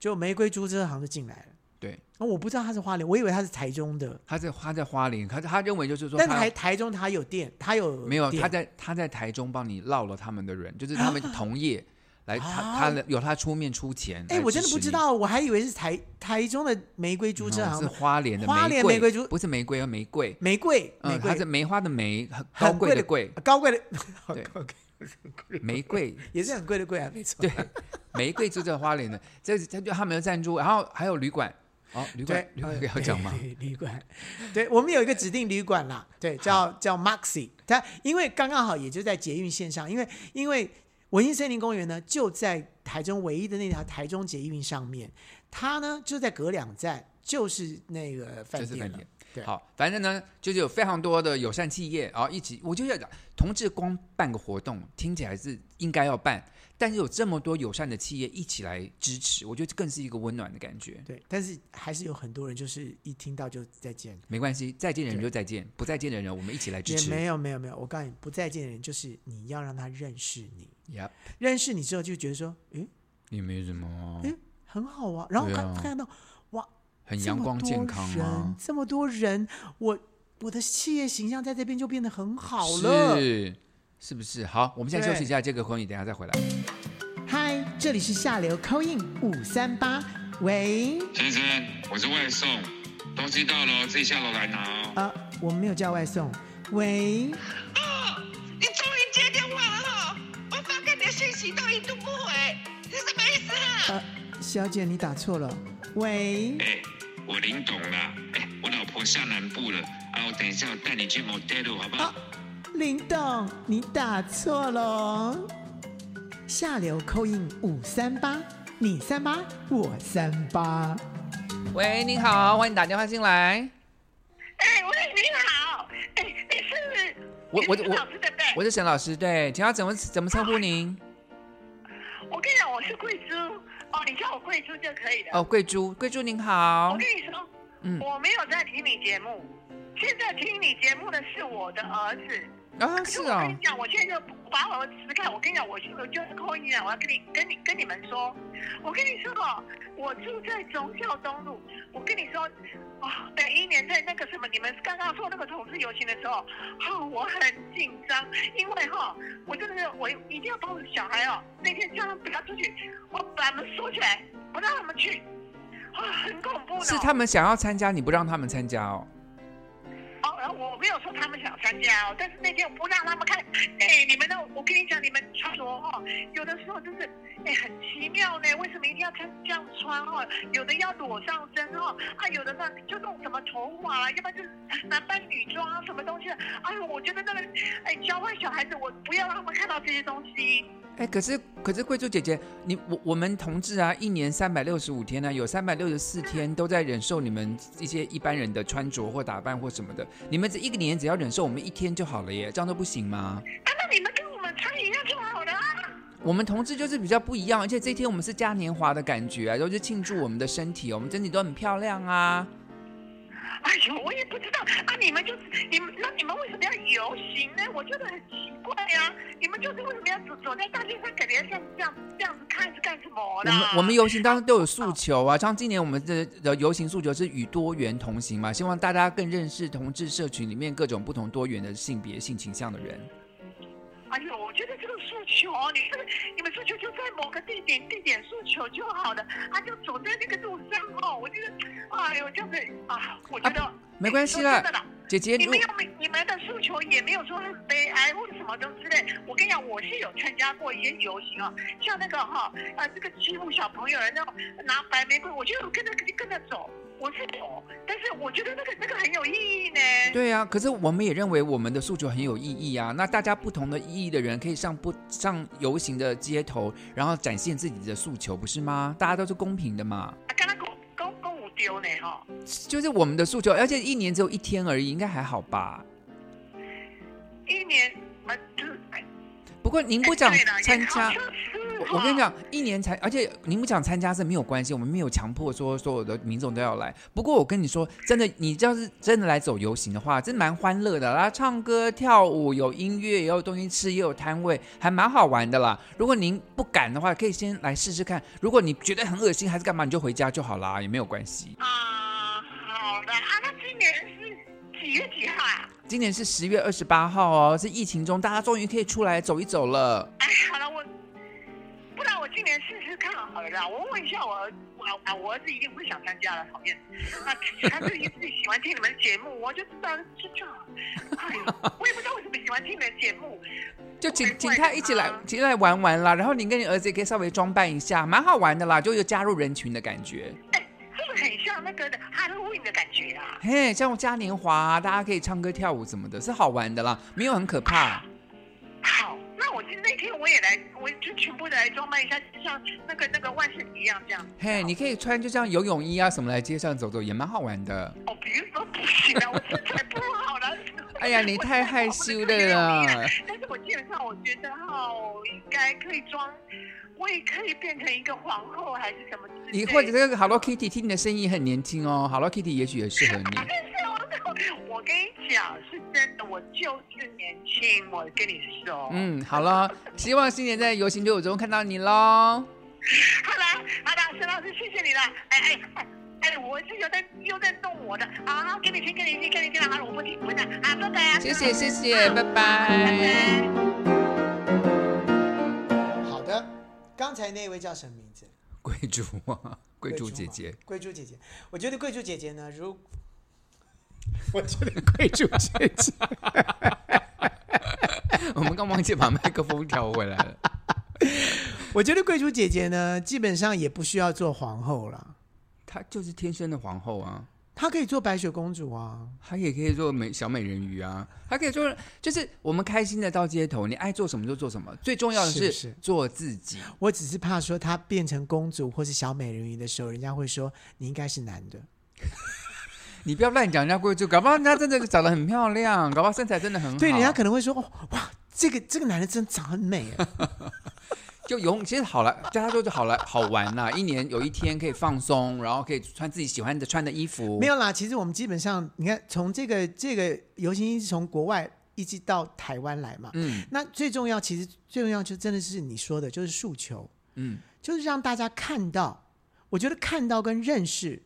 S1: 就玫瑰租车行就进来了。
S2: 对，
S1: 哦，我不知道他是花莲，我以为他是台中的，
S2: 他在他在花莲，他他认为就是说
S1: 但
S2: 他
S1: 台。台中他有店，他有
S2: 没有，啊
S1: 店
S2: 他在他在台中帮你落了他们的人，就是他 们同业来，
S1: 啊
S2: 他他有他出面出钱。
S1: 哎、我真的不知，道，我还以为是台台中的玫瑰租车
S2: 嗯是
S1: 行，
S2: 花莲的
S1: 花莲玫瑰租
S2: 不是玫瑰，而玫瑰，
S1: 玫瑰玫
S2: 嗯，它
S1: 瑰
S2: 是梅花的梅，高
S1: 很
S2: 贵
S1: 的
S2: 的贵，
S1: 高贵的，
S2: 对
S1: OK，
S2: 玫瑰
S1: 也是很贵的贵啊，没错。
S2: 对，玫瑰就在花莲的，这他就他们有赞助，然后还有旅馆，哦，旅馆
S1: 对，
S2: 旅
S1: 呃
S2: 馆 要讲吗？
S1: 对？对旅馆，对我们有一个指定旅馆啦，对，叫叫 Maxi，它因为刚刚好也就在捷运线上，因为因为文心森林公园呢就在台中唯一的那条台中捷运上面，它呢就在隔两站就是那个饭
S2: 就是
S1: 店
S2: 饭
S1: 了
S2: 店。
S1: 对
S2: 好，反正呢，就是有非常多的友善企业，然哦后一起，我就要讲，同志光办个活动，听起来是应该要办，但是有这么多友善的企业一起来支持，我觉得这更是一个温暖的感觉。
S1: 对，但是还是有很多人就是一听到就再见，
S2: 没关系，再见的人
S1: 对
S2: 就再见，不再见的人，我们一起来支
S1: 也
S2: 持。
S1: 没有没有没有，我告诉你，不再见的人就是你要让他认识你，
S2: Yep，
S1: 认识你之后就觉得说，诶，
S2: 也没什么，
S1: 诶很好啊，然后
S2: 对
S1: 看、
S2: 啊
S1: 看到哇，
S2: 很阳光健康啊，
S1: 这么多人，我我的企业形象在这边就变得很好了。
S2: 是是不是？好，我们现在休息一下，这个婚礼等一下再回来。
S1: 嗨，这里是下流 c i n 五三八，喂，
S4: 先生，我是外送，东西到了哦自己下楼来拿哦。
S1: 呃，我们没有叫外送，喂，
S5: 哦，你终于接电话了哈、我发给你的信息都一度不回，是什么意思啊？
S1: 呃，小姐你打错了，喂，
S4: 哎、我林董啦，哎、我老婆下南部了，啊，我等一下我带你去 motel 好不好？
S1: 啊林董你打错了哦，下流 c i n 五三八，你三八我三八，
S2: 喂，您好，欢迎打电话进来。
S5: 哎、喂，你好，哎、你是
S2: 我我
S5: 你是
S2: 我
S5: 老师对不对？
S2: 我是沈老师，对，请问怎么怎么称呼您？
S5: 我跟你讲，我是贵珠，哦，你叫我贵珠就可以了。
S2: 哦，贵珠，贵珠您好
S5: 我跟。你说，
S2: 嗯
S5: 我没有在听你节目，现在听你节目的是我的儿子。
S2: 啊，
S5: 可
S2: 是
S5: 我
S2: 啊
S5: 跟你，讲，我现在就把我儿子看，我跟你讲，我我就是扣音啊，我要跟你跟你跟你们说，我跟你说哦，我住在忠孝东路，我跟你说，啊、每一年在那个什么，你们刚刚说那个同志游行的时候，哦，我很紧张，因为哈、我真的是我一定要把我的小孩哦，那天叫他们不要出去，我把门锁起来，不让他们去，啊、很恐怖的。
S2: 是他们想要参加，你不让他们参加哦。
S5: 哦，然后我没有说他们想参加哦，但是那天我不让他们看。哎，你们那，我跟你讲，你们穿着哦，有的时候真是，哎，很奇妙呢。为什么一定要穿这样穿哦？有的要裸上身哦，啊，有的呢就弄什么头发啦，要不然就是男扮女装啊，什么东西的。哎呦，我觉得那个，哎，教坏小孩子，我不要让他们看到这些东西。
S2: 哎，可是可是贵珠姐姐，你我我们同志啊，一年三百六十五天呢、有三百六十四天都在忍受你们一些一般人的穿着或打扮或什么的，你们这一个年只要忍受我们一天就好了耶，这样都不行吗？
S5: 啊，那你们跟我们穿一样就好了啊。
S2: 我们同志就是比较不一样，而且这一天我们是嘉年华的感觉啊，就是庆祝我们的身体，我们身体都很漂亮啊。
S5: 哎呦，我也不知道啊！你们就你们那你们为什么要游行呢？我觉得很奇怪呀、啊！你们就是为什么要走走在大街上，给人家这样这样这样子看是干什么
S2: 我
S5: 啦
S2: 们？我们游行当中都有诉求啊，像今年我们的的游行诉求是与多元同行嘛，希望大家更认识同志社群里面各种不同多元的性别性倾向的人。
S5: 哎呦，我觉得这个诉求，你这个你们诉求就在某个地点地点诉求就好了啊！就走在那个路上哦，我觉得，哎呦，这样子啊，我觉得、
S2: 没关系啊啦
S5: 说真的啦
S2: 姐姐，
S5: 你
S2: 如
S5: 们有没你们的诉求也没有说很悲哀或者什么东之类。我跟你讲，我是有参加过一些游行啊，像那个哈、呃，这个欺负小朋友的那种拿白玫瑰，我就跟着跟着走，我是有，但是我觉得那个那个很有意义呢。
S2: 对啊，可是我们也认为我们的诉求很有意义啊。那大家不同的意义的人可以上不上游行的街头，然后展现自己的诉求，不是吗？大家都是公平的嘛。
S5: 啊，刚刚跟我跟我跟我丢呢哈，
S2: 就是我们的诉求，而且一年只有一天而已，应该还好吧？
S5: 一年嘛就是哎
S2: 不过您不想
S5: 哎对了
S2: 参
S5: 也好
S2: 加，
S5: 像是
S2: 我
S5: 哈
S2: 我跟你讲，一年才，而且您不想参加是没有关系，我们没有强迫说所有的民众都要来。不过我跟你说，真的，你要是真的来走游行的话，真蛮欢乐的啦，唱歌、跳舞，有音乐，也有东西吃，也有摊位，还蛮好玩的啦。如果您不敢的话，可以先来试试看。如果你觉得很恶心还是干嘛，你就回家就好啦，也没有关系。
S5: 啊，好的啊，那今年是几月几号啊？
S2: 今年是十月二十八号哦，是疫情中大家终于可以出来走一走了。
S5: 哎，好了，我不然我今年试试看好了啦。我问一下我儿我啊，我儿子一定会想参加的，讨厌。啊，他最近自己喜欢听你们的节目，我就知道是这样。哎呦，我也不知道为什么喜欢听你的节目，
S2: 就请请他一起来，一起来玩玩啦。然后你跟你儿子也可以稍微装扮一下，蛮好玩的啦，就有加入人群的感觉。
S5: 哎，是不是很像那个的 Halloween 的感觉啊？
S2: 嘿，像嘉年华、啊大家可以唱歌跳舞什么的，是好玩的啦，没有很可怕。
S5: 好，那我今那天我也来，我就全部的来装扮一下，就像那个那个万圣节一样这样。
S2: 嘿，你可以穿就像游泳衣啊什么来街上走走，也蛮好玩的。
S5: 哦，比如说不行啊，我身材不好了。
S2: 哎呀你太害羞了
S5: 啊
S2: 啦！
S5: 但是我基本上我觉得哦，应该可以装，我也可以变成一个皇后还是什么之类的。
S2: 你或者这个 Hello Kitty 听你的声音很年轻哦，Hello Kitty 也许也适合你。
S5: 我跟你讲，是真的，我就是年轻。我跟你说，
S2: 嗯，好了，希望新年在游行队伍中看到你喽。
S5: 好啦，好啦，沈老师，谢谢你啦。哎哎哎哎，我是又在又在动我的啊，给你听，给你听，给你听了，好了，我不听不听啊，拜拜啊，
S2: 谢谢谢谢，拜拜。
S5: 拜
S1: 好的，刚才那位叫什么名字？
S2: 贵族啊，贵族姐姐
S1: 嘛，，贵珠姐姐。我觉得贵珠姐姐呢，如
S2: 贵族姐姐。我们刚忘记把麦克风调回来了。
S1: 我觉得贵珠姐姐呢，基本上也不需要做皇后了，
S2: 她就是天生的皇后啊，
S1: 她可以做白雪公主啊。
S2: 她也可以做美小美人鱼啊，她可以做，就是我们开心的到街头，你爱做什么就做什么，最重要的
S1: 是
S2: 是
S1: 是
S2: 做自己。
S1: 我只是怕说她变成公主或是小美人鱼的时候，人家会说你应该是男的。
S2: 你不要乱讲人家贵族，搞不好人家真的长得很漂亮，搞不好身材真的嗯很好。啊
S1: 对，人家可能会说哦，哇，这个这个男的真长很美 啊。
S2: 就有，其实好了，对他说就好了，好玩啦。一年有一天可以放松，然后可以穿自己喜欢的穿的衣服。
S1: 没有啦，其实我们基本上，你看从这个这个游行一直从国外一直到台湾来嘛，
S2: 嗯
S1: 那最重要其实最重要就真的是你说的，就是诉求，
S2: 嗯，
S1: 就是让大家看到，我觉得看到跟认识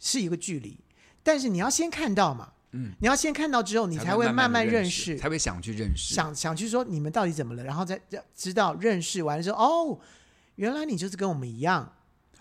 S1: 是一个距离，但是你要先看到嘛，
S2: 嗯，
S1: 你要先看到之后，你才会
S2: 慢
S1: 慢
S2: 地
S1: 认
S2: 认才会想去认识。
S1: 想想去说你们到底怎么了，然后再知道认识完之后，哦，原来你就是跟我们一样，
S2: 啊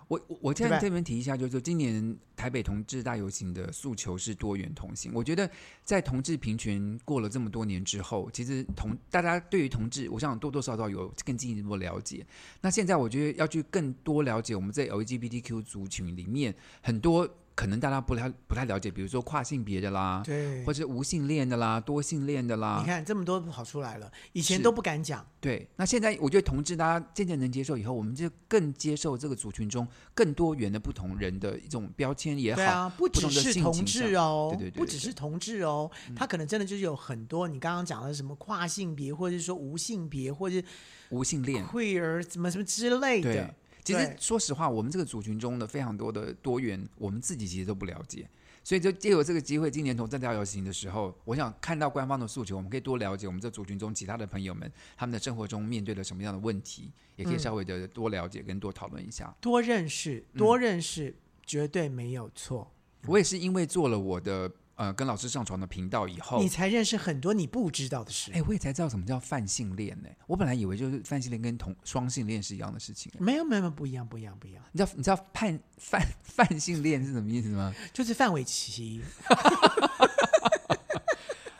S2: 我我我这
S1: 对
S2: 样
S1: 吧
S2: 这边提一下，就是说今年台北同志大游行的诉求是多元同行。我觉得在同志平权过了这么多年之后，其实同大家对于同志，我想多多少少有更进一步的了解。那现在我觉得要去更多了解我们在 LGBTQ 族群里面很多可能大家不了不太了解，比如说跨性别的啦，
S1: 对
S2: 或者是无性恋的啦、多性恋的啦
S1: 你，看这么多跑出来了，以前
S2: 啊是
S1: 都不敢讲。
S2: 对，那现在我觉得同志大家渐渐能接受以后，我们就更接受这个族群中更多元的不同人的一种标签也好，
S1: 对啊，不只
S2: 同的
S1: 是
S2: 性
S1: 同
S2: 倾
S1: 志
S2: 向
S1: 哦，
S2: 对对对嗯对
S1: 不只是同志哦，他可能真的就是有很多你刚刚讲的什么跨性别，或者是说无性别，或者是
S2: 无性恋。
S1: queer 什么什么之类
S2: 对
S1: 的。，
S2: 其实
S1: 对
S2: 说实话，我们这个族群中的非常多的多元，我们自己其实都不了解。所以就借由这个机会，今年同正大游行的时候，我想看到官方的诉求，我们可以多了解我们这族群中其他的朋友们他们的生活中面对了什么样的问题，也
S1: 嗯
S2: 可以稍微的多了解跟多讨论一下。
S1: 多认识，
S2: 嗯
S1: 多认识，绝对没有错。
S2: 我也是因为做了我的呃跟老师上床的频道以后
S1: 你，才认识很多你不知道的事
S2: 哦哎、。我也才知道什么叫泛性恋呢、我本来以为就是泛性恋跟同双性恋是一样的事情、欸。
S1: 没有没有没有不一样不一样不一样，
S2: 你知道你知道泛泛泛性恋是什么意思吗？
S1: 就是范玮琪，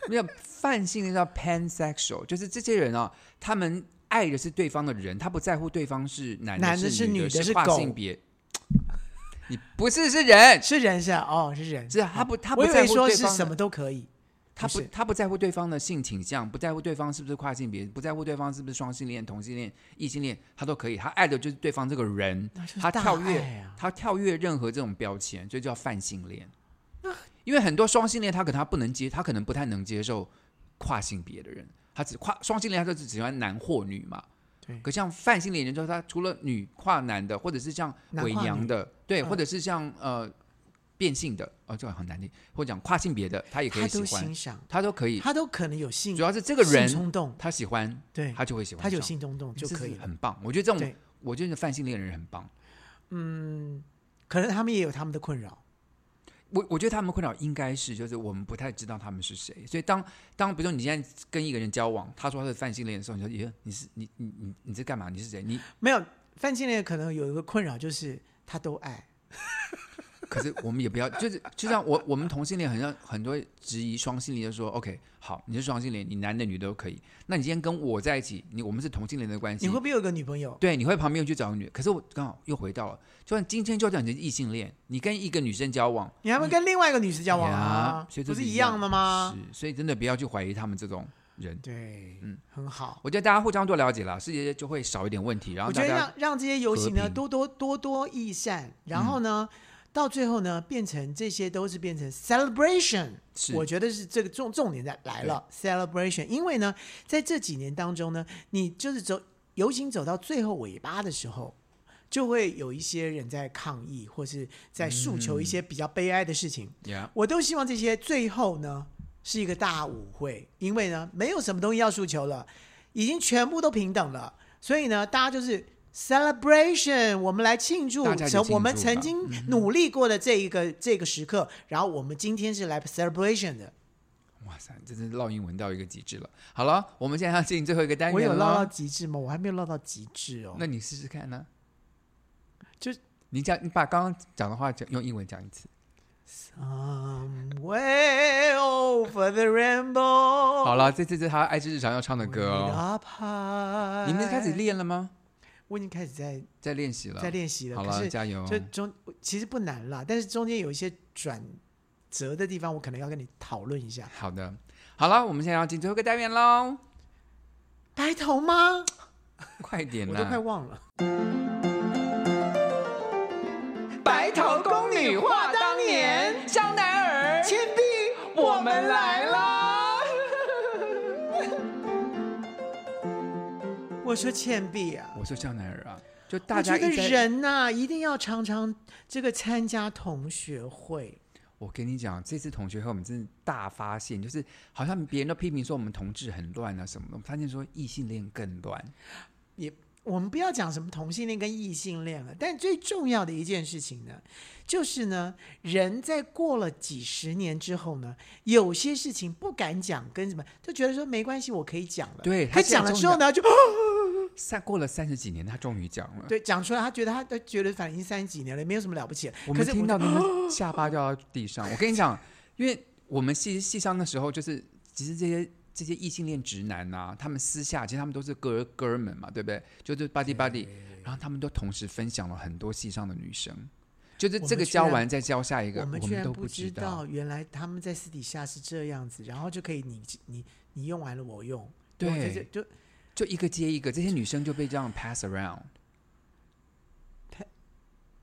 S2: 没有泛性恋叫 pansexual，就是这些人啊，他们爱的是对方的人，他不在乎对方是男的、
S1: 男的
S2: 是
S1: 是女的
S2: 的、
S1: 是
S2: 跨
S1: 狗
S2: 性别。 你不是是人，
S1: 是人是吧哦是人，
S2: 是啊他不他不
S1: 我以
S2: 在
S1: 为
S2: 乎
S1: 说
S2: 对
S1: 是
S2: 方
S1: 什
S2: 的
S1: 么都可以，
S2: 他
S1: 不
S2: 不
S1: 是
S2: 他不在乎对方的性倾向，不在乎对方是不是跨性别，不在乎对方是不是双性恋、同性恋、异性恋，他都可以。他爱的就是对方这个人，
S1: 那就是
S2: 他
S1: 大
S2: 跳跃、
S1: 爱啊
S2: 他跳跃任何这种标签，所以叫泛性恋。因为很多双性恋，他可能他不能接，他可能不太能接受跨性别的人，他只跨双性恋，他就只喜欢男或女嘛。
S1: 对
S2: 可像泛性恋人，就是他除了女跨男的，或者是像
S1: 男
S2: 伪
S1: 跨
S2: 娘
S1: 女
S2: 的，对，
S1: 嗯
S2: 或者是像呃变性的，哦，这个很难听，或者讲跨性别的，他也可
S1: 他
S2: 以喜
S1: 都
S2: 欢
S1: 欣。赏，
S2: 他都可以。
S1: 他都可能有性
S2: 主要是这个
S1: 性
S2: 人
S1: 冲动，
S2: 他喜欢，
S1: 对
S2: 他就会喜欢
S1: 他
S2: 上，
S1: 有性冲动就
S2: 这
S1: 可
S2: 是
S1: 以了。
S2: 很棒。我觉得这种
S1: 对，
S2: 我觉得泛性恋的人很棒。
S1: 可能他们也有他们的困扰。
S2: 我我觉得他们困扰应该是，就是我们不太知道他们是谁，所以当当比如说你现在跟一个人交往，他说他是泛性恋的时候，你说耶，你是你你你你在干嘛？你是谁？你
S1: 没有，范金莲可能有一个困扰就是他都爱，
S2: 可是我们也不要，就是就像我我们同性恋，很像很多质疑双性恋，就说 OK，好，你是双性恋，你男的女的都可以。那你今天跟我在一起，你我们是同性恋的关系，
S1: 你会不会有一个女朋友？
S2: 对，你会旁边又去找个女，可是我刚好又回到了，就算今天就算你是异性恋，你跟一个女生交往，
S1: 你还会跟另外一个女士交往
S2: 嗯呀
S1: 啊？
S2: 所以这
S1: 不是
S2: 一
S1: 一样的吗？
S2: 是，所以真的不要去怀疑他们这种人。
S1: 对，嗯，很好。
S2: 我觉得大家互相多了解啦，世界就会少一点问题。然后
S1: 我觉
S2: 大
S1: 得
S2: 家
S1: 让让这些游行
S2: 和
S1: 呢
S2: 平嗯
S1: 多多多多益善，然后呢，到最后呢，变成这些都是变成 celebration。
S2: 是
S1: 我觉得是这个重重点在来了 celebration，因为呢，在这几年当中呢，你就是走游行走到最后尾巴的时候。就会有一些人在抗议，或是在诉
S2: 嗯
S1: 求一些比较悲哀的事情。
S2: 呀
S1: 我都希望这些最后呢是一个大舞会，因为呢没有什么东西要诉求了，已经全部都平等了，所以呢大家就是 celebration，我们来庆祝
S2: 大家就
S1: 曾
S2: 庆祝
S1: 我们
S2: 吧
S1: 曾经努力过的这一个、这个时刻，然后我们今天是来 celebration 的。
S2: 哇塞，真是绕英文到一个极致了。好了，我们现在要进最后一个单
S1: 我
S2: 元
S1: 有
S2: 了。哦
S1: 唠到极致吗？我还没有唠到极致哦。
S2: 那你试试看呢、
S1: 就
S2: 你讲，你把刚刚讲的话讲用英文讲一次。
S1: I'm Um, way over the rainbow，
S2: 好了，这次是他爱之日常要唱的歌哦。
S1: ，up high。
S2: 你们开始，练了吗？
S1: 我已经开始在
S2: 在练习了，
S1: 哎在练习了。
S2: 好
S1: 可
S2: 了，
S1: 是
S2: 加油！
S1: 就中其实不难啦，但是中间有一些转折的地方，我可能要跟你讨论一下。
S2: 好的，好了，我们现在要进最后一个单元喽，
S1: 白头吗？
S2: 快点
S1: 我
S2: 啦！
S1: 都快忘了。
S3: 白头宫女话当年，香奈儿、倩碧，我们来啦！
S1: 我说倩碧啊，
S2: 我说香奈儿啊，就大
S1: 我
S2: 家
S1: 觉得
S2: 一在，
S1: 人呐、一定要常常这个参加同学会。
S2: 我跟你讲，这次同学会我们真的大发现，就是好像别人都批评说我们同志很乱啊什么的，我们发现说异性恋更乱。
S1: 也我们不要讲什么同性恋跟异性恋了，但最重要的一件事情呢，就是呢，人在过了几十年之后呢，有些事情不敢讲，跟什么就觉得说没关系，我可以讲了。
S2: 对
S1: 他
S2: 他现在
S1: 讲了
S2: 终于
S1: 之后呢，就。
S2: 三过了三十几年，他终于讲了。
S1: 对，讲出来，他觉得他他觉得反正已经三十几年了，没有什么了不起的。
S2: 我
S1: 可
S2: 们
S1: 是
S2: 听到那 个下巴掉到地上。我跟你讲，因为我们戏戏上的时候，就是其实这些这些异性恋直男呐、他们私下其实他们都是哥哥们嘛，对不对？就是 buddy buddy，然后他们都同时分享了很多戏上的女生，就是
S1: 我
S2: 这个
S1: 们居
S2: 交
S1: 然
S2: 完再交下一个，
S1: 我
S2: 我
S1: 们居然
S2: 都
S1: 不
S2: 知
S1: 知道，。原来他们在私底下是这样子，然后就可以你你你用完了我用，
S2: 对
S1: 我就就就
S2: 就一个接一个，这些女生就被这样 pass around，
S1: Pa-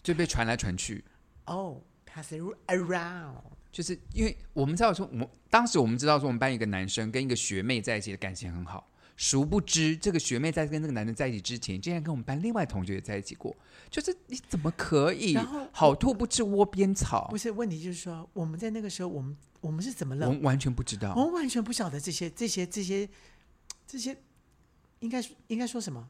S2: 就被传来传去。
S1: 哦，pass it around，
S2: 就是因为我们知道说，我们当时我们知道说，我们班有一个男生跟一个学妹在一起的感情很好，殊不知这个学妹在跟这个男的在一起之前，竟然跟我们班另外同学也在一起过，就是你怎么可以
S1: 然后？
S2: 好兔不吃窝边草
S1: 不，是问题，就是说我们在那个时候，我们我们是怎么
S2: 我
S1: 了？哦
S2: 们完全不知
S1: 我
S2: 道。
S1: 们完全不晓得这些这些这些这些，应该应该说什么？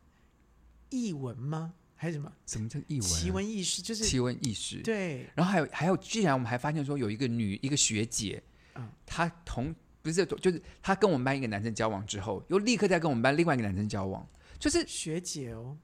S1: 译文吗？还是什么？
S2: 什么叫异闻？
S1: 奇闻异事就是
S2: 奇闻异事。。
S1: 对
S2: 然后还有还有，居然我们还发现说有一个女一个学姐，
S1: 嗯
S2: 她同不是就是她跟我们班一个男生交往之后，又立刻再跟我们班另外一个男生交往，就是
S1: 学姐哦，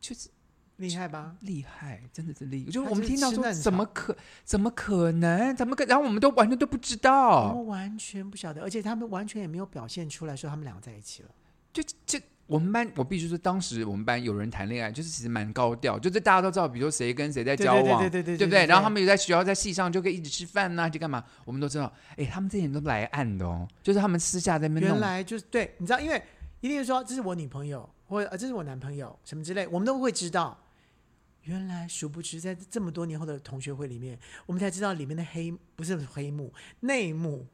S2: 就是。
S1: 厉害吧？
S2: 厉害，真的是厉害。就
S1: 他
S2: 我们
S1: 就是
S2: 听到
S1: 吃
S2: 说，
S1: 嫩草
S2: 怎么可怎么可能？怎么可？然后我们都完全都不知
S1: 我
S2: 道。
S1: 们完全不晓得，而且他们完全也没有表现出来说他们两个在一起了。
S2: 就就我们班，我必须说，当时我们班有人谈恋爱，就是其实蛮高调，就是大家都知道，比如说谁跟谁在
S1: 对
S2: 交往，
S1: 对对对对对
S2: 不
S1: 对
S2: 对？
S1: 对
S2: 然后他们有在学校在戏上就可以一起吃饭呐、就干嘛？我们都知道，哎，他们这些人都来暗的哦，就是他们私下在那边
S1: 原
S2: 弄。
S1: 来就是对，你知道，因为一定是说这是我女朋友，或者呃这是我男朋友什么之类，我们都会知道。原来殊不知，在这么多年后的同学会里面，我们才知道里面的黑不是黑幕，内幕。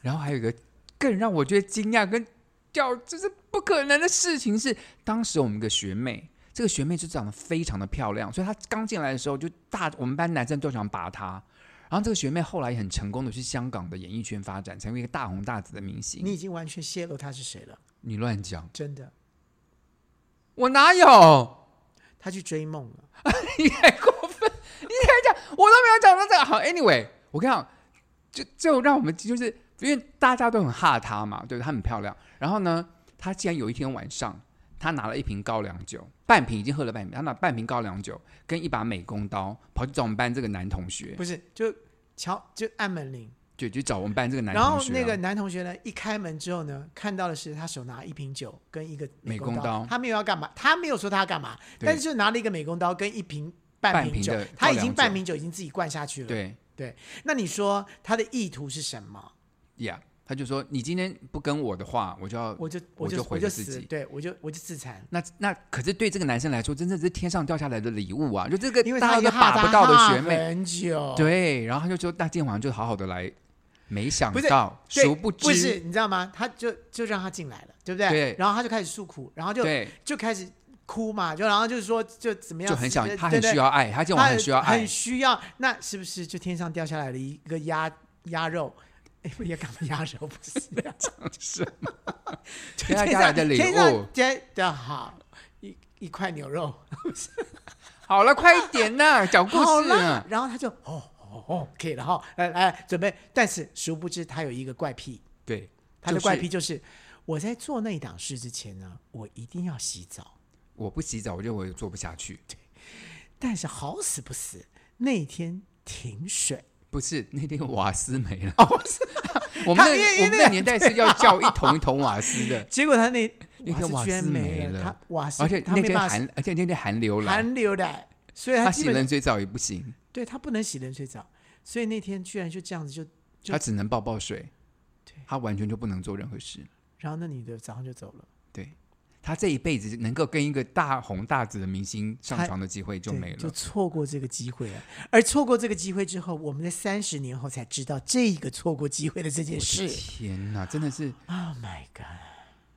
S2: 然后还有一个更让我觉得惊讶跟叫就是不可能的事情是，当时我们一个学妹，这个学妹就长得非常的漂亮，所以她刚进来的时候就大我们班男生都想拔她。然后这个学妹后来也很成功的去香港的演艺圈发展，成为一个大红大紫的明星。
S1: 你
S2: 你
S1: 已经完全泄露他是谁了，
S2: 你乱讲，
S1: 真的。
S2: 我哪有？我
S1: 他去追梦了，
S2: 都没有讲到这个。好，anyway，我跟你讲，就就让我们就是因为大家都很怕她嘛，对不对？她很漂亮。然后呢，她竟然有一天晚上，他拿了一瓶高粱酒，半瓶已经喝了半瓶，他拿半瓶高粱酒跟一把美工刀跑去找我们班这个男同学，
S1: 不是就敲就按门铃，
S2: 就去找我们班这个男
S1: 然后
S2: 同学啊、
S1: 那个男同学呢，一开门之后呢，看到的是他手拿一瓶酒跟一个工
S2: 美工刀
S1: 他没有要干嘛，他没有说他要干嘛，
S2: 对
S1: 但是就拿了一个美工刀跟一瓶半
S2: 半瓶
S1: 酒
S2: 的，
S1: 他
S2: 高
S1: 已
S2: 粱
S1: 经半
S2: 酒
S1: 瓶酒已经自己灌下去了。
S2: 对
S1: 对，那你说他的意图是什么？
S2: 呀他就说你今天不跟我的话，我就要
S1: 我就
S2: 我
S1: 就
S2: 毁
S1: 我
S2: 了
S1: 就
S2: 自
S1: 死，
S2: 己。
S1: 对我就我就自残。
S2: 那那可是对这个男生来说，真的是天上掉下来的礼物啊！就这个
S1: 因为
S2: 大
S1: 他
S2: 家
S1: 一个
S2: 都把
S1: 哈
S2: 不到的
S1: 哈
S2: 学妹，
S1: 很久，
S2: 对，然后他就说那今天晚上就好好的来，没想
S1: 不是
S2: 到，
S1: 对，
S2: 殊不知
S1: 是，你知道吗？他就就让他进来了，对不对？
S2: 对
S1: 然后他就开始诉苦，然后就
S2: 对，
S1: 就开始哭嘛，就然后就是说就怎么样，
S2: 就很想
S1: 对
S2: 他很需，要爱，他
S1: 对
S2: 今
S1: 对
S2: 晚
S1: 他
S2: 很需要爱
S1: 很， 需要。那是不是就天上掉下来了一个鸭鸭肉？ 哎，不也干嘛鸭肉不 是？
S2: 是
S1: 就
S2: 天上掉下
S1: 上
S2: 来的礼
S1: 天
S2: 物
S1: 上掉的好一一块牛肉，
S2: 好了，快一点 呐，讲故
S1: 好
S2: 事
S1: 了
S2: 啊，，
S1: 然后他就哦哦哦，可以了哈，来来准备。但是殊不知他有一个怪癖，
S2: 对，
S1: 他的
S2: 就是
S1: 怪癖就是我在做那档事之前呢，我一定要洗澡。
S2: 我不洗澡，我觉得我也做不下去。
S1: 但是好死不死，那天停水，
S2: 不是那天瓦斯没了，哦，是 我们
S1: 他因
S2: 那
S1: 为
S2: 我
S1: 因为
S2: 们
S1: 那，
S2: 那年代是要叫一桶一桶瓦斯的
S1: 结果他那
S2: 那天
S1: 瓦
S2: 瓦
S1: 斯居然
S2: 斯
S1: 没
S2: 了，
S1: 他 瓦斯，
S2: 而且
S1: 他
S2: 那
S1: 没
S2: 天
S1: 办法
S2: 寒，而且那天寒流来，
S1: 寒流的，所以
S2: 他
S1: 基
S2: 洗
S1: 本
S2: 冷水澡也不行，
S1: 对他不能洗冷水澡，所以那天居然就这样子就，就
S2: 他只能抱抱水，他完全就不能做任何事。
S1: 然后那女的早上就走了，
S2: 对他这一辈子能够跟一个大红大紫的明星上
S1: 他
S2: 床的机会就
S1: 对
S2: 没
S1: 就
S2: 了。
S1: 错过这个机会了。而错过这个机会之后，我们在三十年后才知道这一个错过机会的这件事。
S2: 天哪，真的是，
S1: Oh my god！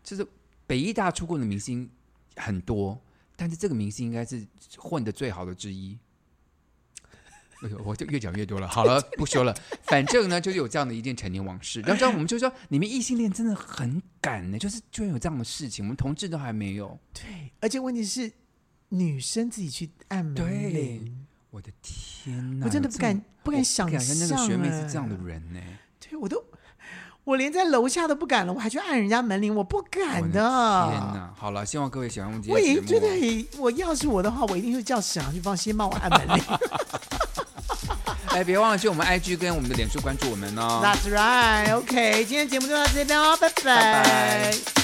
S2: 就是北医大出过的明星很多，但是这个明星应该是混的最好的之一。哎呦，我就越讲越多了。好了，不说了。反正呢，就是有这样的一件陈年往事。然后我们就说，你们异性恋真的很敢呢，就是居然有这样的事情，我们同志都还没有。
S1: 对，而且问题是女生自己去按门
S2: 对
S1: 铃。
S2: 我的天哪！
S1: 我真的
S2: 有
S1: 不
S2: 这么
S1: 敢不敢
S2: 我
S1: 想
S2: 象那个
S1: 象
S2: 学妹
S1: 哎
S2: 是这样的人呢、
S1: 对我都，我连在楼下都不敢了，我还去按人家门铃，我不敢
S2: 我
S1: 的。
S2: 的天哪！好了，希望各位喜欢我们今
S1: 哎我已
S2: 天的
S1: 经觉
S2: 节
S1: 得
S2: 目。
S1: 很，我要是我的话，我一定会叫沈阳去帮先帮我按门铃。
S2: 哎，别忘了去我们 IG 跟我们的脸书关注我们哦。
S1: That's right，OK，、今天节目就到这边哦，拜
S2: 拜拜
S1: 拜